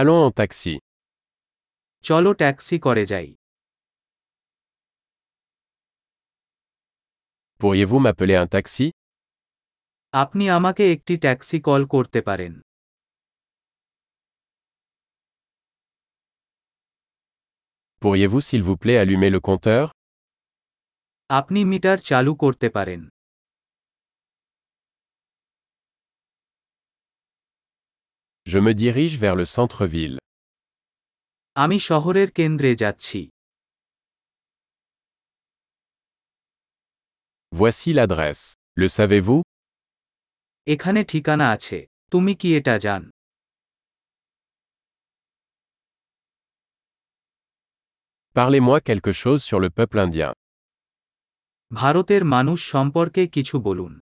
Allons en taxi. চলো ট্যাক্সি করে যাই Pourriez-vous m'appeler un taxi আপনি আমাকে একটি ট্যাক্সি কল করতে পারেন Pourriez-vous s'il vous plaît allumer le compteur আপনি মিটার চালু করতে পারেন Je me dirige vers le centre-ville. আমি শহরের কেন্দ্রে যাচ্ছি Voici l'adresse. Le savez-vous এখানে ঠিকানা আছে তুমি কি এটা জান Parlez-moi quelque chose sur le peuple indien. ভারতের মানুষ সম্পর্কে কিছু বলুন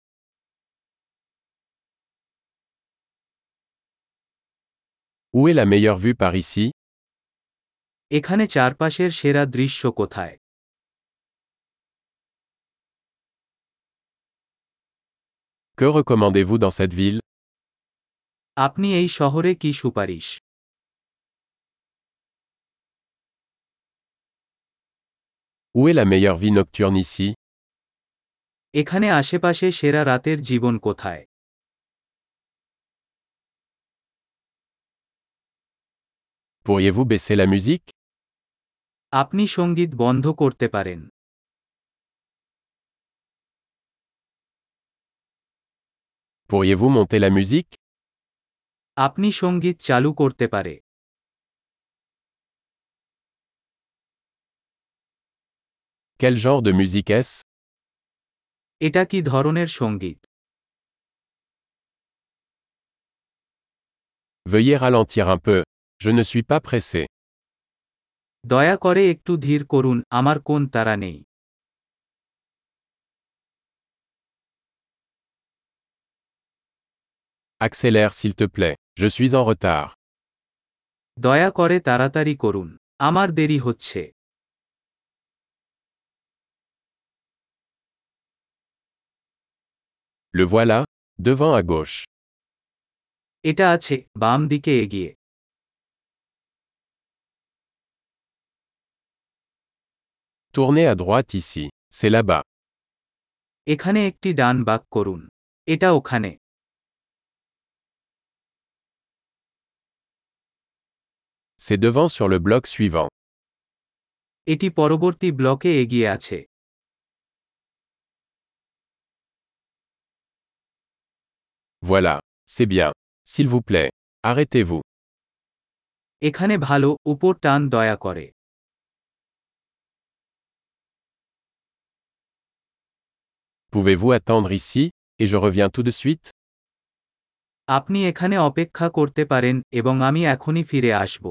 Où est la meilleure vue par ici এখানে চারপাশের সেরা দৃশ্য কোথায় Que recommandez-vous dans cette ville আপনি এই শহরে কি সুপারিশ Où est la meilleure vie nocturne ici এখানে আশেপাশে সেরা রাতের জীবন কোথায় Pourriez-vous baisser la musique আপনি সঙ্গীত বন্ধ করতে পারেন Pourriez-vous monter la musique আপনি সঙ্গীত চালু করতে পারে Quel genre de musique est-ce এটা কি ধরনের সঙ্গীত Veuillez ralentir un peu. Je ne suis pas pressé. দয়া করে একটু ধীর করুন আমার কোন তারা নেই Accélère s'il te plaît. Je suis en retard. দয়া করে তাড়াতাড়ি করুন আমার দেরি হচ্ছে Le voilà, devant à gauche. এটা আছে বাম দিকে এগিয়ে Tournez à droite ici. C'est là-bas. এখানে একটি ডান বাক করুন এটা ওখানে C'est devant sur le bloc suivant. এটি পরবর্তী ব্লকে এগিয়ে আছে Voilà. C'est bien. S'il vous plaît. Arrêtez-vous. এখানে ভালো উপর টান দয়া করে Pouvez-vous attendre ici, et je reviens tout de suite আপনি এখানে অপেক্ষা করতে পারেন এবং আমি এখনই ফিরে আসব